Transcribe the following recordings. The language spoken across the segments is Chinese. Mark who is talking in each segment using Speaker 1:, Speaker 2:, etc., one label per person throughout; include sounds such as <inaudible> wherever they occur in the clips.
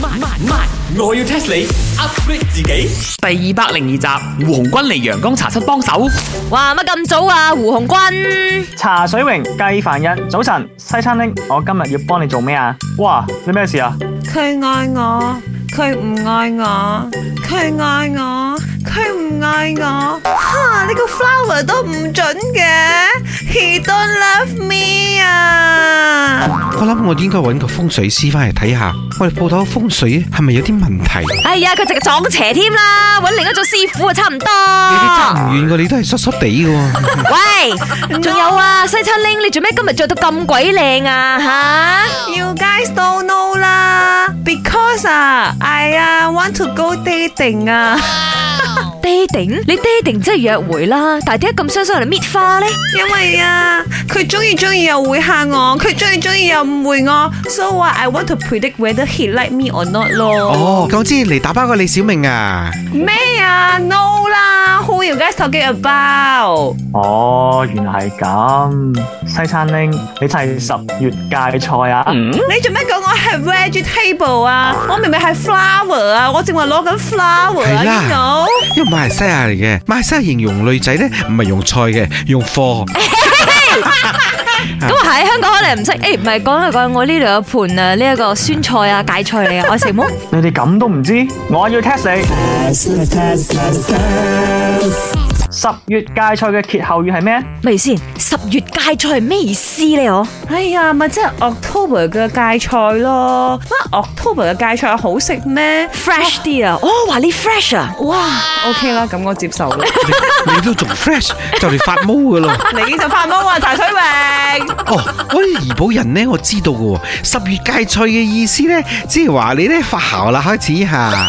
Speaker 1: 慢慢慢，我要 test 你 upgrade 自己。第二百零二集，胡鴻鈞嚟陽光茶室幫手。
Speaker 2: 哇，乜咁早啊，胡鴻鈞？
Speaker 3: 茶水榮、雞凡欣，早晨，西餐廳，我今日要幫你做咩啊？哇，你咩事啊？
Speaker 4: 佢愛我，佢唔愛我，佢愛我，佢唔愛我。哈！呢個 flower 都唔準嘅，He don't love me à. 啊！
Speaker 5: 我諗我應該揾個風水師翻嚟睇下，我哋鋪頭風水係咪有啲問題？
Speaker 2: 哎呀，佢直係撞邪添啦，揾另一種師傅啊，差唔
Speaker 5: 你哋爭唔
Speaker 2: 多。
Speaker 5: 遠嘅，你都係濕濕地嘅喎。
Speaker 2: <laughs> 喂，仲有啊，西餐拎，你做咩今日着到咁鬼靚啊？吓，
Speaker 4: You guys don't know 啦，because 啊，I 啊 want to go dating à. 啊，
Speaker 2: 爹定，你爹定真係約會啦，但係點解咁傷心嚟搣花呢？
Speaker 4: 因為啊，佢中意中意又會嚇我，佢中意中意又誤會我，so 啊，I want to predict whether he like me or not 咯。
Speaker 5: 哦，我知嚟打包個李小明啊，
Speaker 4: 咩啊？No 啦，Who you guys talking about？
Speaker 3: 哦，原來係咁，西餐廳，你就係十月芥菜
Speaker 1: 嗯
Speaker 3: 啊？
Speaker 4: 你做咩講我係 vegetable 啊？我明明係 flower 啊！我正話攞緊 flower
Speaker 5: 係啦
Speaker 4: 啊
Speaker 5: 因為馬來西亞嚟嘅，馬來西亞形容女仔咧唔係用菜嘅，用貨。
Speaker 2: 咁啊係，香港可能唔識。誒，唔係講嚟講去，我呢度有盤啊，呢一個酸菜啊、芥菜嚟啊，我食冇。
Speaker 3: 你哋咁都唔知，我要 test 你。十月芥菜嘅歇後語係咩？
Speaker 2: 咪先，十月芥菜係咩意思呢？我
Speaker 4: 你講。哎呀，咪即係 October 嘅芥菜咯。乜 October 嘅芥菜好食咩
Speaker 2: fresh 啲啊，哦，話你 fresh 啊，哇！
Speaker 4: ？OK 啦，咁我接受 <laughs> 啦。
Speaker 5: 你你都仲 fresh 就嚟發毛嘅咯。
Speaker 4: 你就發毛啊，茶水榮。
Speaker 5: 哦，我啲怡保人咧，我知道嘅喎。十月芥菜嘅意思咧，即係話你咧發姣啦，開始嚇，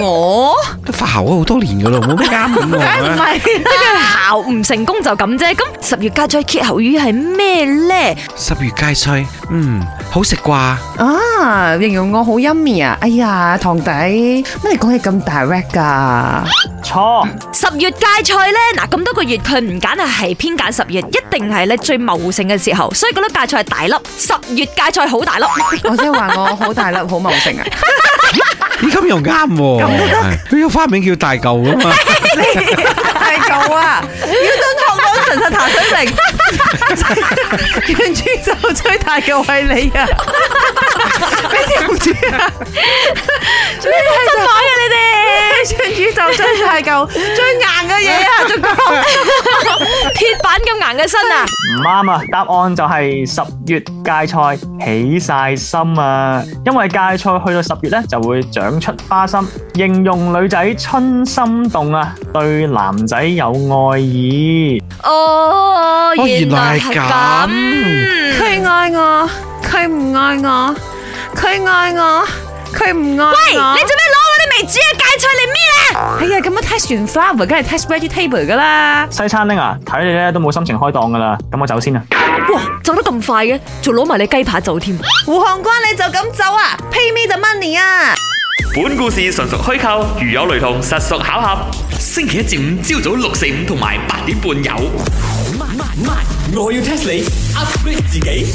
Speaker 4: 我
Speaker 5: 都發姣咗好多年嘅咯，冇咩啱 <laughs> 咁
Speaker 4: 梗唔
Speaker 5: 我。
Speaker 4: 係啦。
Speaker 2: 考唔成功就咁啫。咁十月芥菜歇後語係咩咧？
Speaker 5: 十月芥菜，嗯，好食啩？
Speaker 4: 啊，形容我好 yummy 啊！哎呀，堂弟，乜你講嘢咁 direct 噶？
Speaker 3: 錯，
Speaker 2: 十月芥菜咧，嗱咁多個月佢唔揀啊，係偏揀十月，一定係咧最茂盛嘅時候，所以嗰粒芥菜係大粒，十月芥菜好大粒。
Speaker 4: 我即係話我好大粒，好茂盛啊！
Speaker 5: 咦，咁又啱喎，佢有花名叫大嚿噶嘛？
Speaker 4: 太舊啊！要敦厚講神實譚水明，原著就最大嘅係你啊！你知唔知啊？
Speaker 2: 真係啊你
Speaker 4: 原著就最大嚿、最硬嘅嘢啊！仲講
Speaker 2: 哋，鐵板咁硬嘅身啊！
Speaker 3: 唔啱啊！答案就係十月芥菜起晒心啊！因為芥菜去到十月咧就會長出花心，形容女仔春心動啊，對男仔有愛意。
Speaker 2: 哦，
Speaker 5: 哦
Speaker 2: 原
Speaker 5: 原
Speaker 2: 來
Speaker 5: 來
Speaker 2: 係
Speaker 5: 係
Speaker 2: 咁。
Speaker 4: 佢愛我，佢唔愛我，佢愛我，佢唔愛
Speaker 2: 哎喂，你做
Speaker 4: 我
Speaker 2: 咩。攞我啲未煮嘅芥菜嚟搣啊？
Speaker 4: 哎呀，咁樣 test 完 flower，梗係 test vegetable 噶啦。
Speaker 3: 西餐廳啊，睇你咧都冇心情開檔噶啦，咁我走先啊啦。
Speaker 2: 哇，走得咁快嘅，仲攞埋你雞扒走添。
Speaker 4: 胡漢關你就咁走啊？Pay me the money 啊！
Speaker 1: 本故事純屬虛構，如有雷同，實屬巧合。星期一至五朝早六四五同埋八點半有。慢慢慢，我要 test 你 upgrade 自己。